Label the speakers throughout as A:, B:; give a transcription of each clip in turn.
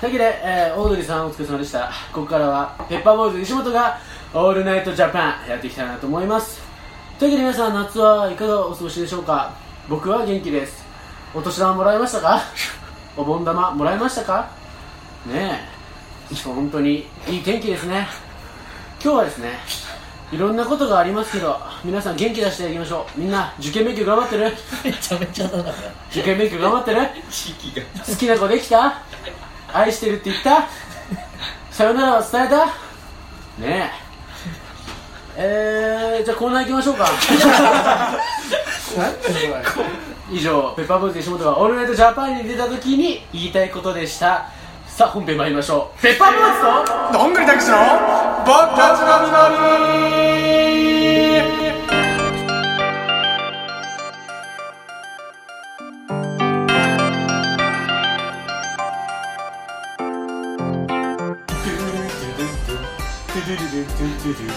A: というわけで、えーオードリーさんお疲れ様でしたここからはペッパーボーイズ西本が「オールナイトジャパン」やっていきたいなと思いますというわけで皆さん夏はいかがお過ごしでしょうか僕は元気ですお年玉もらいました かお盆玉もらいましたかねえ本当にいい天気ですね今日はですねいろんなことがありますけど皆さん元気出していきましょうみんな受験勉強頑張ってる
B: めちゃめちゃだな
A: 受験勉強頑張ってる
B: 時期が
A: 好きな子できた愛してるって言ったさよならは伝えたねええー、じゃあコーナー行きましょう か以上ペッパーボーイズ西本が「オールナイトジャパン」に出た時に言いたいことでしたさあ本編参りましょうペッパーボーイズと
C: どんぐりたけしのぼったちの実り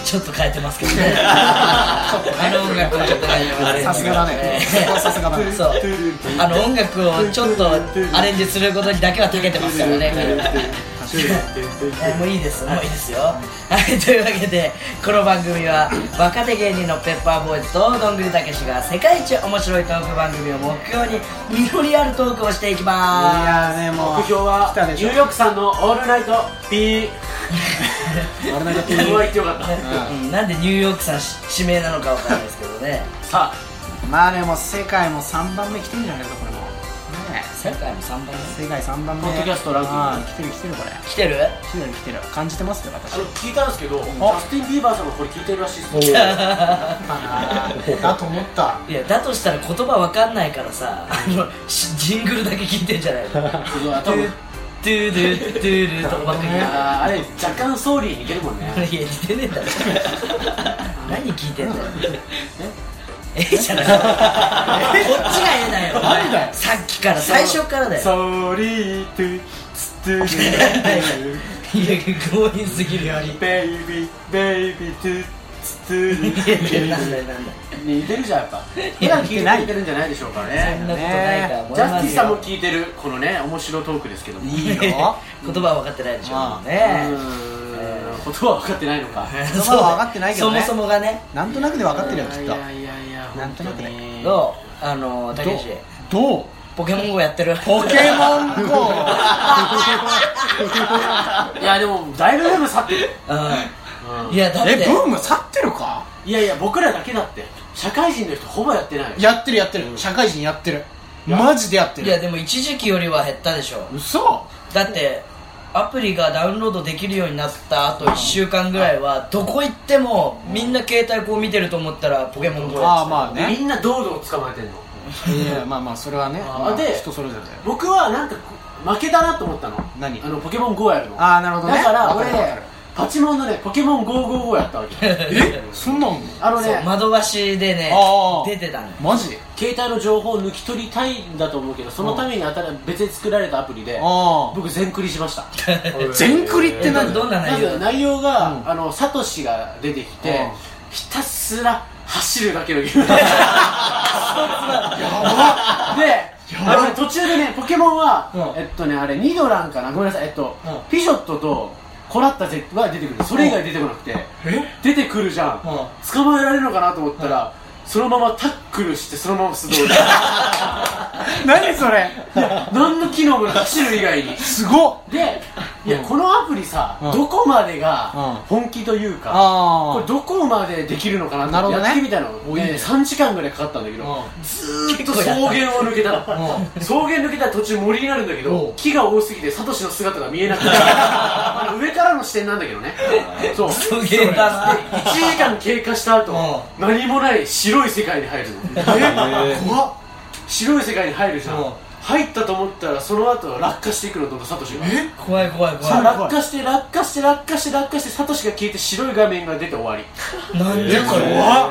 B: ちょっと変えてますけどね あの音楽をちょっと変えて
C: さ
B: ます
C: すがだねさすがだね
B: そうあの音楽をちょっとアレンジすることにだけは長けてますからね彼らえもういいですもういいですよはいというわけでこの番組は若手芸人のペッパーボーイズとどんぐりたけしが世界一面白いトーク番組を目標に実りあるトークをしていき
C: い
B: ま
C: やーねもう
A: 目標は
C: 来たで
A: ニ
C: し
A: ュ
C: ょ
A: ーヨークさんの「オールナイトピー」
C: あれだけピ
A: これ
C: ン
A: は 言ってよかった
B: す、うん、なんでニューヨークさんし指名なのかわかんないですけどね
A: さ
C: まあねもう世界も3番目来てんじゃないかこれもね
B: 世界の3番目
C: え世界3番目
A: ポッドキャストランキング
C: あー来てる来てるこれ
B: 来てる
C: 来てる来てる感じてますよ
A: ああ
C: 私
A: の聞いたんですけどジャスティン・ビーバーさんがこれ聞いてるらしいですね
C: あーだと思った
B: いやだとしたら言葉わかんないからさあのしジングルだけ聞いてんじゃないの
A: すごい
B: ト
A: 頭
B: ゥトゥドゥトゥドゥとかばっかり言うから
A: あーあれ若干ソーリーにいけるもんね
B: いや似てねえんだろ何聞いてんだよええじゃないこっちがええだよ
C: 何だよ
B: さっきから最初からだよ
C: ソリートゥツト ゥ
B: いや強引すぎるより
C: ベイビーベイビートゥツトゥ
B: いやなんだよなんだよ
A: 似てるじゃんやっぱ普段聞いてくれてるんじゃないでしょうか
B: そん
A: ね
B: なことないとは思
A: ジ
B: い
A: ャス
B: ま
A: ティ
B: す
A: さんも
B: よ
A: 聞いてるこのね面白トークですけどもう
C: いいよ
B: 言葉は分かってないでしょ
C: まあ
A: ー
B: うね
A: ん言葉は分かってないのか
C: 言葉は分かってないけどね
B: そうそもそもがね
C: なんとなくで分かってるよきっ
A: い
C: と
A: やいやいや
C: なんとなくね
A: 本当に
B: どうあのたけし
C: どう
B: ポケモン GO やってる
C: ポケモン GO
A: いやでもだいぶでも去ってる
B: うんいやだっ
C: え
B: て
C: ブーム去ってるか
A: いやいや僕らだけだって社会人の人ほぼやってない
C: やってるやってる社会人やってるマジでやって
B: いや
C: る
B: でも一時期よりは減ったでしょ
C: 嘘
B: だってアプリがダウンロードできるようになったあと1週間ぐらいはどこ行ってもみんな携帯こう見てると思ったらポケモン GO
C: ああ
B: や
C: まあね
A: みんな堂々捕まえてんの
C: いやまあまあそれはね
A: あー
C: まあ
A: で
C: 人それぞれだよ
A: 僕はなんか負けたなと思ったの
C: 何
A: あのポケモン GO やるの
C: あーなるほどね
A: だから
C: わか
A: 俺
C: るわかる
A: パチモンのねポケモン GOGOGO やったわけ
B: ってて
C: そんなん
A: あの
B: そう
A: ね
B: 窓越しでね
C: ああ
B: 出てたのよ
C: マジ
A: 携帯の情報を抜き取りたいんだと思うけどそのために新た別に作られたアプリで
C: ああ
A: 僕全クリしました
C: 全クリって何
B: どんな
A: ま
B: 内容
A: ず内容が、
C: うん
A: あのサトシが出てきて、
C: うん
A: ひたすら走るだけのゲ ームであの途中でねポケモンは、
C: うん
A: えっとねあれニドランかなごめんなさいえっと、
C: うん
A: ピショットとコラッタゼは出てくるそれ以外出てこなくて出てくるじゃん、
C: う
A: 捕まえられるのかなと思ったら、そのままタックルしてそのまま素通り
C: 何それ
A: 何の機能もない走る以外に
C: すごっ
A: でいや、このアプリさ、
C: うん
A: どこまでが
C: うん
A: 本気というか、こ
C: あ
A: れどこまでできるのかな
C: なる
A: っ
C: ほ
A: て
C: どね
A: やってみたの、
C: おいいね
A: で3時間ぐらいかかったんだけど、
C: う
A: ずーっと
B: 結構
A: 草
B: やった
A: 原を抜けたの、草原抜けたら途中森になるんだけ
C: お
A: ど
C: う
A: 木が多すぎてサトシの姿が見えなく てあの上からの視点なんだけどねそう
B: すげえだ
A: 1時間経過した後何もない白い世界に入るの
C: え怖っ
A: 白い世界に入るじゃ
C: うん
A: ん入ったと思ったらその後は落下していくのどんどんサトシが
B: 怖い怖い
A: さ
B: 怖
A: あ
B: い
A: 落下して落下して落下して落下してサトシが消えて白い画面が出て終わり
B: なんでこれ
C: 怖っ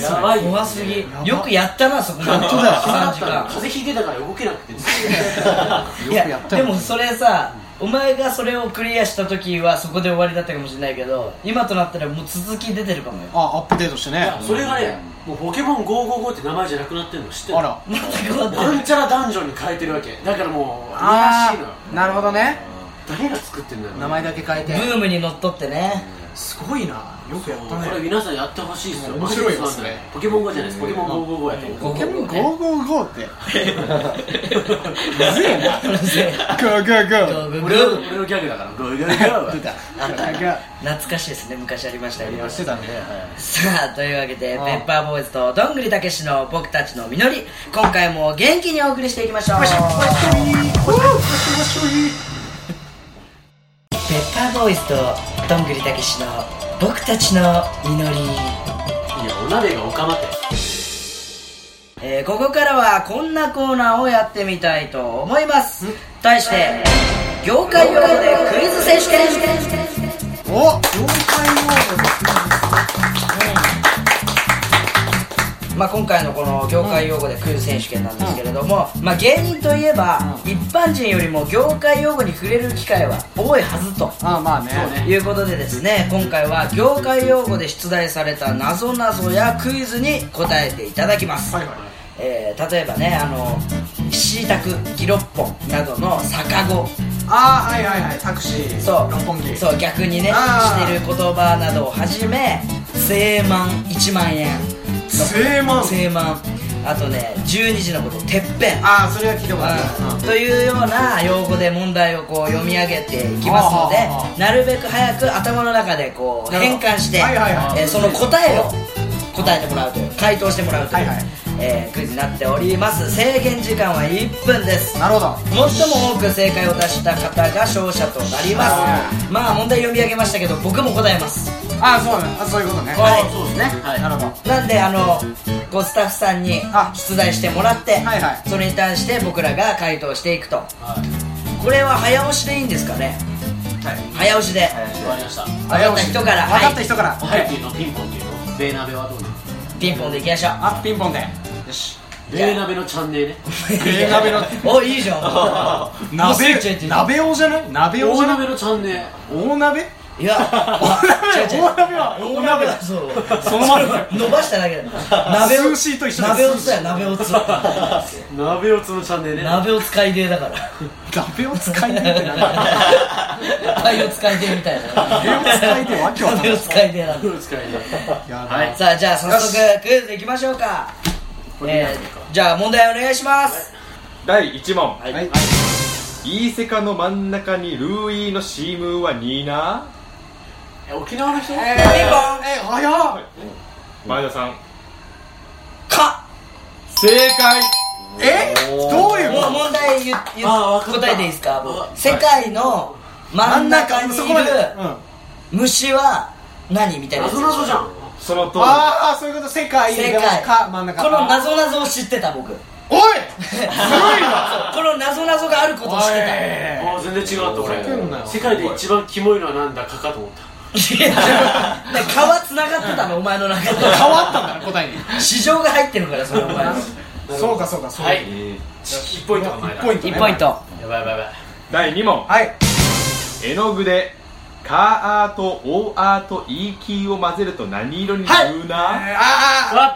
A: やばいよ
B: 怖すぎよくやったなそこまで
C: 本当だよ
B: 3時
A: 風
B: 間
A: 邪ひいてたから動けなくてずっ
C: よ
B: い
C: くや
B: や
C: った
B: で
C: よ
B: もそれさお前がそれをクリアした時はそこで終わりだったかもしれないけど今となったらもう続き出てるかもよ
C: あアップデートしてね
A: とそれがねもうポケモン555って名前じゃなくなってるの知ってる
C: あら
B: また変わって
A: な
B: る
A: んちゃらダンジョンに変えてるわけだからもう
C: あ
A: 怪しいのよ
C: あなるほどね
A: 誰が作ってんだろう
C: 名前だけ変え
B: ブ
C: て
B: ームにのっとってね
C: すごいなよくやった
A: これ
C: ね
A: 皆さんやってほしいですよ
C: 面白いですね
A: ポケモン GO じゃないですポケモン GO55 やと思う
B: ポケモン
C: 555って
B: 道
C: 555
B: 具
A: 俺の俺のギャグだから GO55
C: 出た
B: あった
C: が
B: 懐かしいですね昔ありましたよね
C: してたんで
B: さあというわけでペッパーボーイズとどんぐりたけしの僕たちの実り今回も元気にお送りしていきましょうペッパーボーイズとどんぐりたけしの僕たちの実り
A: いやお鍋がおかまって
B: えーここからはこんなコーナーをやってみたいと思います題して業界用語でクイズ選手権
C: お妖怪
B: まあ、今回のこの業界用語でクイズ選手権なんですけれども、まあ、芸人といえば一般人よりも業界用語に触れる機会は多いはずと
C: ああまあね
A: そうね
B: ということでですね今回は業界用語で出題された謎々やクイズに答えていただきます、
C: はいはい
B: えー例えばねあのシイタクギロッポンなどの逆語
C: ああはいはいはいタクシー
B: そう
C: 六本木
B: そう逆にね
C: あー
B: してる言葉などをはじめ正満1万円
C: 正満
B: 正満あとね12時のことてっぺん
C: ああそれは聞いたことある
B: うんというような用語で問題をこう読み上げていき
C: は
B: ますの
C: あはあは
B: でなるべく早く頭の中でこう
C: なるほ
B: 変
C: ど
B: 換して、
C: はいはいはい
B: えーその答えを答えてもらうという回答してもらうという、
C: はいはい
B: えークイズになっております制限時間は1分です
C: なるほど
B: 最も多く正解を出した方が勝者となりますまあ問題読み上げましたけど僕も答えます
C: ああそうねあそういうことね
B: はい
A: あそうですねはい
C: なるほど
B: なんであのごスタッフさんに
C: あ
B: 出題してもらって、
C: はいはい
B: それに対して僕らが回答していくと
A: はい
B: これは早押しでいいんですかね早押しで
A: 終わりました
B: 分かった人から
C: 分か
B: は
C: っ
B: い
C: た人から
A: おはようっていうのピンポンっていうのベーナベはどうなの
B: ピンポンでいきましょう
C: あピンポンでよし
A: ベーナベのチャンネルね
C: えー鍋の
B: おい いじゃん
C: 鍋
B: ちょいちょい
C: 鍋王じゃない鍋王じ
A: 大
C: ゃない
A: 鍋のチャンネ
C: 大鍋
B: いや
C: 大
B: 違う違
C: 鍋大
B: う
C: 鍋は大
B: 大
C: 鍋
B: 鍋
C: だ
B: だそう
C: そのまんま
B: 伸ばしただけだ鍋を
C: スーシーと一緒だ
B: 鍋をつだよ鍋をつ
A: ル鍋おつのチャンネルね
B: 鍋を使いでだから
C: 鍋を使いに行って なんだ
B: 鍋を使いでみたいな
C: 鍋を使いでわけわかんない
B: 鍋を使いでなんだ
A: 鍋を使いね
C: やば
A: はいい
B: さあじゃあ早速クイズいきましょうかえーじゃあ問題お願いします
D: 第1問、
A: はい
C: はい
D: イーセカの真ん中にルーイーのシームーはニーナ
A: え沖縄の人
C: えーえー早っ
D: 前田さん
B: か
D: 正解
C: えどういうこと
B: もう問題言言
A: あわかった
B: 答えていいですか
A: わ
B: 世界の真ん中にい
C: そ
B: る
C: こまでうん
B: 虫は何みたいなやつ
A: 謎謎じゃん
D: その通り
C: ああそういうこと世界
B: 正
C: でも
B: 解
C: か真ん中
B: この謎謎を知ってた僕こ
C: おいすごいな
B: の謎謎があることを知って
A: あ
B: た
A: ー全然違うった
C: ふざけんなよ
A: 俺世界で一番キモいのはなんだかかと思った
B: いやだから皮つながってたのお前の中
C: 変
B: で
C: わったんだ答えに
B: 市場が入ってるからそれお 前の
C: そうかそうかそうか
A: は
D: え
A: い
D: ー
A: 1ポイントが前だ
C: 1ポイントね
B: 1ポイント
A: やばいやばいやばい
D: 第2問
C: はい
D: 絵の具でカーアーとオーアーとイーキーを混ぜると何色に
A: はい
D: ルーナ
C: あ
A: わかった
D: は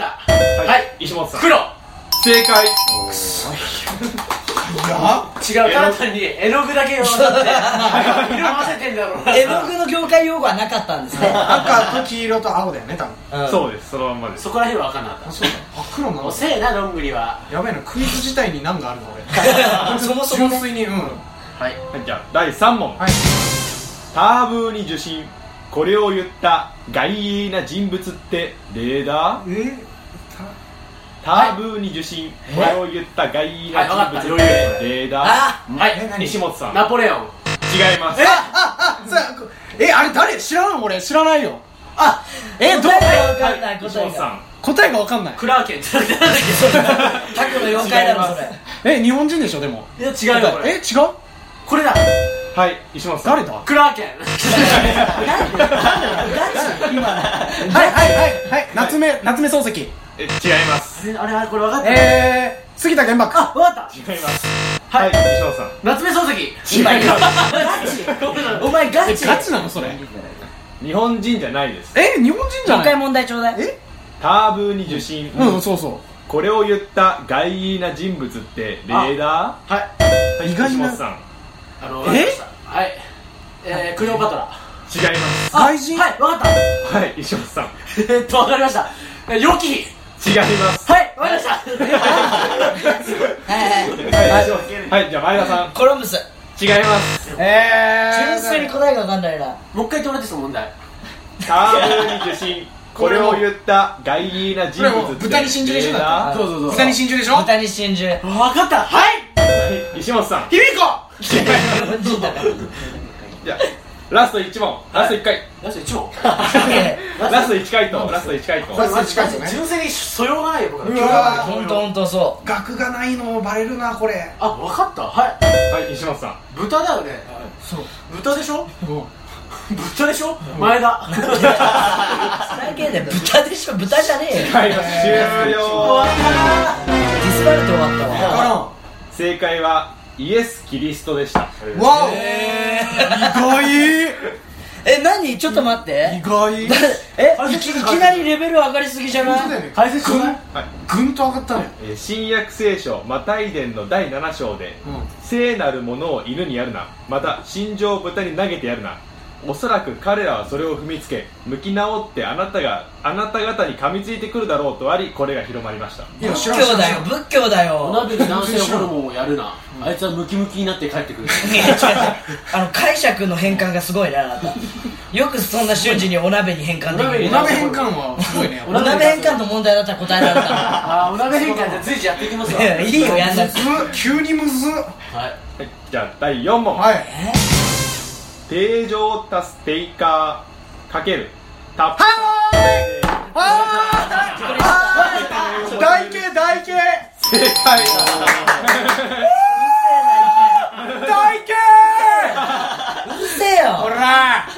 A: はいい
D: 石本さん
A: 黒
D: 正解
C: あや
A: 違うただ単に絵の具だけを混ざって色混ぜてんだろう な
B: 絵の具の業界用語はなかったんですね、
C: 赤と黄色と青だよね多分
B: うん
D: そうですそのまんまです
A: そこら辺は分かんなかっ
C: あそうだあ黒な
A: た
C: の
A: 遅えなどんぐりは
C: やばいなクイズ自体に何があるの俺
B: そもそもね
C: 純粋にうんはい
A: はい
D: はいじゃあ第3問ターブーに受信これを言った外イな人物ってレーダー
C: え
D: ターブーに受信これを言った外イな人物ってレーダー、
B: あ
A: は
C: え
A: い
C: 何
D: 西本さん
A: ナポレオン
D: 違います
C: ああさえあれ誰知らん俺知らないよあえどう
B: 答えが分かんない
D: 西
B: 答え
D: 本さ
B: が
D: ん
C: 答えがわかんない
A: クラーケ ンってなんだっ
B: タクの妖怪だろそれ
C: え日本人でしょでも
A: けいや違うよこ
C: え
A: れ
C: 違う
A: これだ
D: はい西本さん
C: 誰だは
A: クラーケ ン
B: なんでなんで今
C: いはいはいはい夏目夏目漱石
D: え違いま
A: あ
D: す
A: れあれあれこれ分かった
C: えー杉田玄白
A: あ分かった
D: 違いますはい西本さん
A: 夏目漱 石
B: 今 今ガチお前ガチ
C: ガチなのそれ
D: 日本人じゃないです
C: え日本人じ
B: もう
C: ゃ
B: 一
C: な
B: 回
C: い
B: 問題ちょうだい
C: え
D: ターブーに受信、
C: うんそうそ
D: これを言った外イな人物ってレーダー
A: はい
D: はい
C: 意外な
D: 西本さん
A: あの分
C: え
A: かりましたはいえー、クレオパトラ
D: 違います
C: 外人
A: はいわかった
D: はい 石橋さん
A: えーっとわかりましたえーヨキ
D: 違います
A: はいわかりました
B: はいはい
D: はい、はい、じゃあ前田さん
B: コロンブス
D: 違います
C: え
B: 純粋に答えが分かんないな
A: もう一回言ってもらっていいですか問題
D: ターブに受信これを言った外儀な人物って
C: これもう豚に真珠でしょだ
A: そうそうそう
C: 豚に真珠でしょ
B: 豚に真珠
A: わかったはい
D: はい石本さん
C: 響子
B: 日本人だから
D: じゃあラスト1問ラスト1回、
A: ラスト一問
D: ラスト1回とラスト1回と
C: ラスト近いですよね
A: 純粋に素養がないよ僕ら
C: うわ
B: 本当本当そ
C: 額がないのバレるなこれ
A: あわかったはい
D: はい石本さん
A: 豚だよね
B: そう
A: 豚でしょ豚でしょ前田
B: だけで豚でしょ豚じゃねえよデ
D: はい終了
B: ィスられて終わったわ
C: 分からん
D: 正解はイエス・キリストでした
C: わお
B: え
C: 意
B: え何ちょっと待って
C: 外意外
B: えいきいきなりレベル上がりすぎじゃな
C: 本当だよ
B: い
C: ね
A: 解説しない
C: ぐんと上がったのよ
D: えー新約聖書マタイ伝の第7章で、
C: うん
D: 聖なるものを犬にやるなまた心情を豚に投げてやるなおそらく彼らはそれを踏みつけ向き直ってあなたがあなた方に噛みついてくるだろうとありこれが広まりました
C: いや
B: 仏
C: 知らん知ら
B: 教
C: ん
B: だよ仏教だ
A: お
B: よ
A: 鍋に男性ホルモンをやるなあいつはムキムキになって帰ってくる
B: いや違う違う あの解釈の変換がすごいねあなたよくそんな瞬時にお鍋に変換できる
C: お
B: ね
C: 鍋変換はすごいね
B: お鍋変換の問題だったら答えられた
A: あーお鍋変換じゃ随時やっていきますわ
B: いやいいよやんな
C: む
B: く
C: ず
B: て
C: 急にむず
A: はい
D: はいじゃあ第4問、
C: はい
D: 定常足すテイカーかけるタップ
C: あー台形台形
D: 正解
C: 台形
B: うるせえ
C: ほ
B: よ
C: ら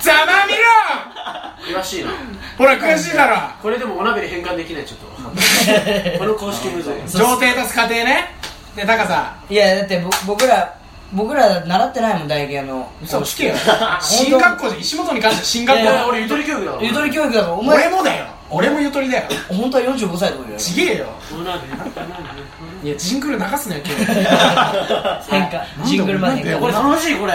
C: ざまみろ
A: 悔しいな
C: ほら悔しいだろ
A: これでもお鍋で変換できないちょっ とこの公式むずい
C: 上底足す過程ねで高さ
B: いやだってぼ僕ら僕ら習ってないもん大芸の
C: 嘘つけよ進学校じゃ石本に関しては進学校
B: いやい
C: だ
B: や
C: よ
A: 俺ゆとり教育だわ
B: ゆとり教育だからお
C: 俺
B: 前
C: もだよ俺もゆとり だよ
B: 本当は45歳とか言うよ
C: ちげえよ
A: お鍋
C: いやジングル流す なよ今
B: 変換ジングルまで変
A: これ
B: 換
A: 楽しいこれ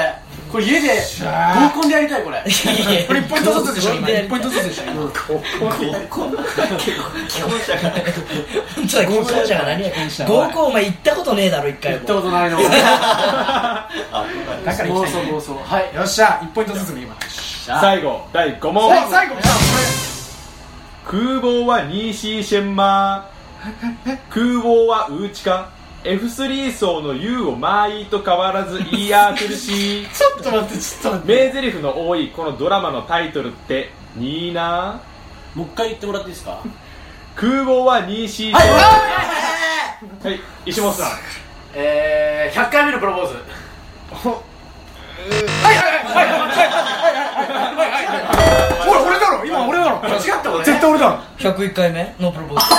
A: これ家で合コンでやりたいこれ
C: 日これ1ポイントずつでしょ今1ポイントずつでしょ今
B: 本当だ合コン者が何や合コンお前行ったことねえだろ一
A: や
B: 回
A: ったこ
B: も
A: とないの
C: だから行
A: 妄想
C: きたい
A: 妄想はい
C: よっしゃ1ポイントずつね今
D: 最後第5問
C: 最後最後こ
D: 空母はニーシーシェンマー空母はウーチカ F3 層の U をマーイと変わらず ER 苦しい
C: れちょっと待ってちょっと待って
D: 名台詞の多いこのドラマのタイトルってニーナ
A: もう一回言ってもらっていいですか
D: 空母はニーシーシェンマーはい石本さん
A: えー100回目のプロポーズ
C: ほら俺だろ今俺だろ
A: 間違った俺
C: 絶対俺だろ
B: 101回目のプロポーズ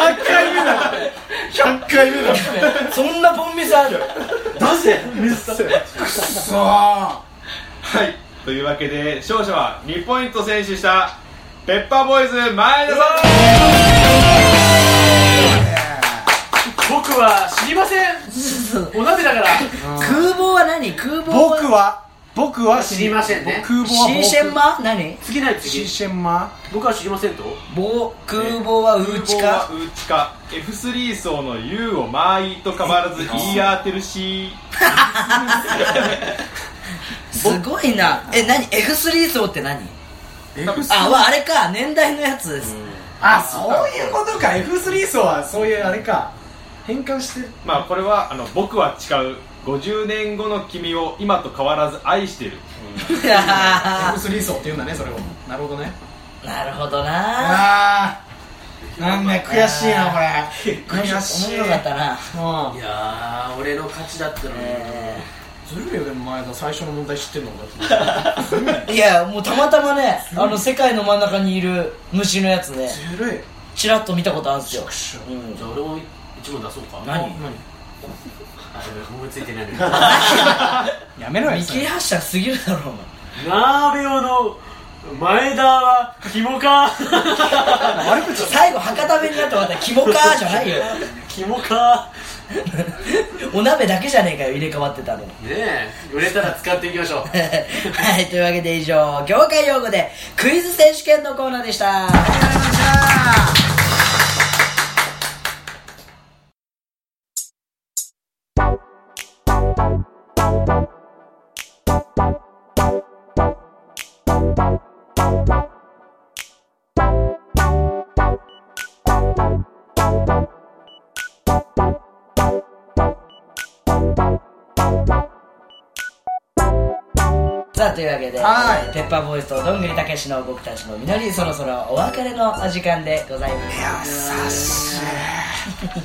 C: 100回目だ100回目だ
B: そんなボンミスある
C: そうあ
D: はいというわけで勝者は2ポイント選手したペッパーボーイズ前田さん
A: 僕は知りません お鍋だから
B: 空母は何空母
C: 僕は僕は
A: 知りませんね
C: 空母は
B: シーシェンマ何
A: 次ない
C: シー
A: 次
C: シェンマ
A: 僕は知りませんと
B: 棒空母はウーチ
D: は
B: カ
D: ウーチカ F3 層の U をマーイと変わらず ER テルシー
B: すごいなえ何 F3 層って何あわあれか年代のやつです
C: あそういうことか F3 層はそういうあれか変換してる
D: まあこれはあの僕は誓う50年後の君を今と変わらず愛してる
B: な
C: F3 層って言うんだねそれをなるほどね
B: るほどな
C: ああなんだ悔しいなこれ 悔しい
B: 面白かったな
C: も
A: いやー俺の勝ちだったのに
B: え
C: うずるいよでも前田最初の問題知ってんのだって
B: ーいやもうたまたまねあの世界の真ん中にいる虫のやつね
C: ずるい
B: チラッと見たことあるんすよ
C: くしょ
B: うん
A: じゃあ俺も一問出そうか
B: 何
A: あ思いついてないの
C: やめろよ
B: 見切り発車すぎるだろお前
A: 鍋用の前田は肝か
B: 最後博多弁になってまたキモかーじゃないよ
A: 肝か
B: お鍋だけじゃねえかよ入れ替わってたの
A: ねえ売れたら使っていきましょう
B: はいというわけで以上業界用語でクイズ選手権のコーナーでしたさあというわけで、
C: はい
B: えーペッパーボーイズとどんぐりたけしの僕たちの実りそろそろお別れのお時間でございます
C: 優し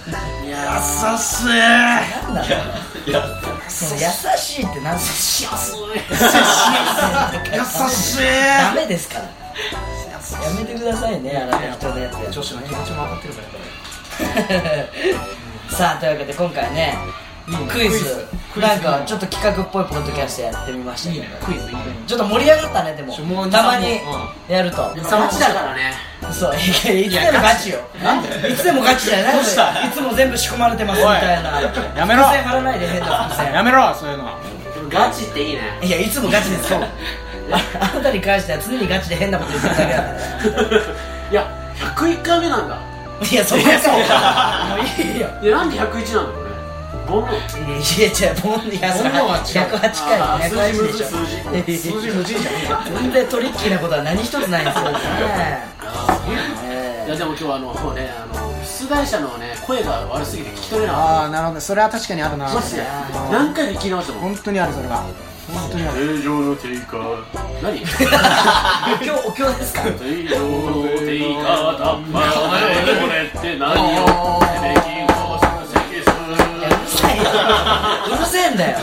A: い
C: い
A: や
C: 優しい
B: なんだろうその優しいってなんだし
C: 優しい
B: ダメですからやめてくださいねあなた人のやつや
C: 女子の気持ちも分かってるから
B: さあというわけで今回ねクイズ
C: クイズ
B: なんかちょっと企画っぽいポッドキャストやってみましたけど
C: クイズいいね
B: ちょっと盛り上がったねでも
C: ちょもう
B: たまに
C: う
B: やると
A: さマチだからね
B: そういやいつでもガチよ
C: なんで
B: いつでもガチだよ
C: どうした
B: いつも全部仕込まれてますみたいな
C: やめろ
B: 伏線張らないで変な伏線
C: やめろそういうの
A: でもガチっていいね
B: いやいつもガチですよああなたに関しては常にガチで変なこと言ってるだけだから
A: いや101回目なんだ
B: いやそりゃそうかもういいよ
A: いやなんで101なんだろうねボンの
B: いやいや違うボンいやそれ
C: ボンのは違う
B: 108回
A: あー
B: の108でしょ
A: 数字む
C: 数
B: 数
C: 字無人じゃねえよ
B: 全然トリッキーなことは何一つないんですよね
A: い
B: え
A: やでも今日はあのそうねあの出題者のね声が悪すぎて聞き取れなか
C: ああなるほどそれは確かにあるな
A: ったマジで何回で聞き直してもん
C: 本当にあるそれは本当にある
A: 正常の低下何
B: お経お経ですか
A: 正常の低下だまあでもねって何よべきを指摘
B: いやうるさいようるせえんだよ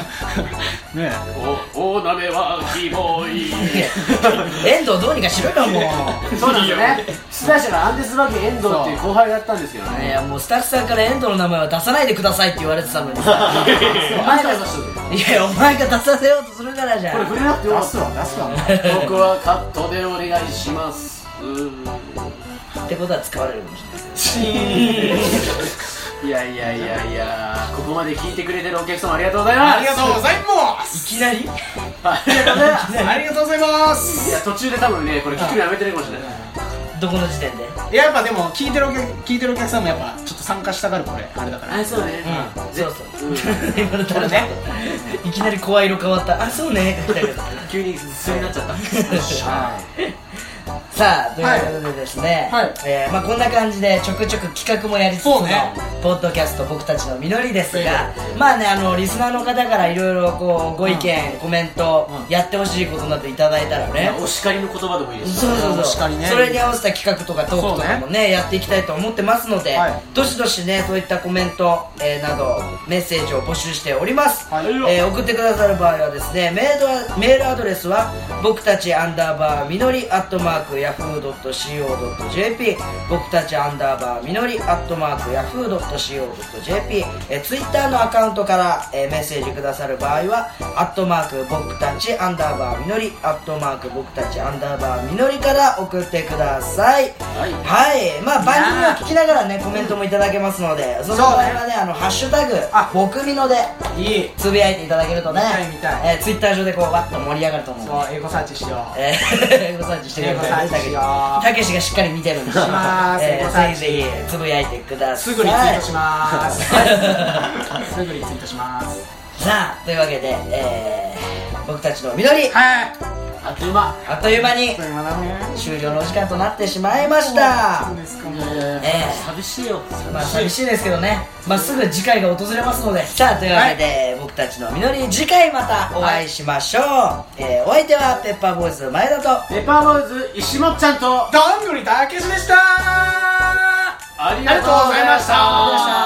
C: ね
A: するおお鍋はキモい
B: いや 遠藤どうにかしろよもう
A: そうなんですね出題者がアンデスバーゲン遠藤っていう後輩だったんですけど
B: い
A: ね
B: やもうスタッフさんから遠藤の名前は出さないでくださいって言われてたの にさ
A: お前が出す
B: いやお前が出させようとするからじゃ
A: これ
B: ん
A: 触れなくて
C: え
A: よか
C: 出
A: っ
C: す
A: た
C: わ出すわ
A: 僕はカットでお願いしますうーん
B: ってことは使われるかもしれない
A: いやいやいやいやここまで聞いてくれてるお客様ありがとうございます
C: とうございます
B: いきなり
A: ありがとうございます
C: ありがとうございます
A: いや途中で多分ねこれ聞くのやめてるかもしれない
B: どこの時点で
C: いややっぱでも聞いてるお客聞いてるお客さんもやっぱちょっと参加したがるこれあれだから
A: あそうね
B: そうそう、
A: うん
B: 言われたらねいきなり声色変わったあそ うねみたいな
A: 急に素になっちゃったはい
B: さあということでですね、
C: はい
B: えーまあ、こんな感じでちょくちょく企画もやりつつの、
C: そうね
B: ポッドキャスト僕たちの実りですが、まあねあのリスナーの方からいろいろこうご意見、コメント、
C: うん
B: やってほしいことなどいただいたらね、
A: お叱りの言葉でもいいです
B: そうそう
C: 確
B: そ
C: か
B: う、
C: にね
B: それに合わせた企画とかトークとかもねやっていきたいと思ってますので、
C: はい
B: どしどしねそういったコメント、えーなどメッセージを募集しております、
C: はい
B: えー送ってくださる場合はですねメールメールアドレスは僕たちアンダーバーみのりアットマークヤフー .co.jp 僕たちアンダーバーみのりアットマークヤフー .co.jp、えー、ツイッターのアカウントから、えーメッセージくださる場合はアットマーク僕たちアンダーバーみのりアットマーク僕たちアンダーバーみのりから送ってください
A: はい
B: はい、まあ番組を聞きながらねコメントもいただけますのでその場合はねあのハッシュタグ
C: あ
B: 僕みので
C: いい
B: つぶやいていただけるとね
C: 見たい見た
B: えツイッター Twitter 上でこうわっと盛り上がると思う
C: そう英語サーチしよう
B: えー、 エゴサーチしてください
C: エゴサーチしよう
B: たけしがしっかり見てるんで
C: ます
B: え
C: エゴサ
B: ー
C: ーチ
B: ぜひぜひつぶやいてくださ い
C: すぐリツイートしますすぐリツイートします
B: さあというわけで、えー、僕たちの緑
C: はい
A: あっという間
B: あっという間に
C: それまだね
B: 終了のお時間となってしまいました
C: そうですか
A: え
C: も
A: ー寂しいよ
B: まあ寂しいですけどね、まあ、すぐ次回が訪れますのでさあというわけで、僕たちの実り次回またお会いしましょう、えーお相手はペッパーボーイズの前田と
A: ペッパーボーイズ石本ちゃんと
C: どんぐりたけしでした
A: あり
C: がとうございました
B: ありがとうございました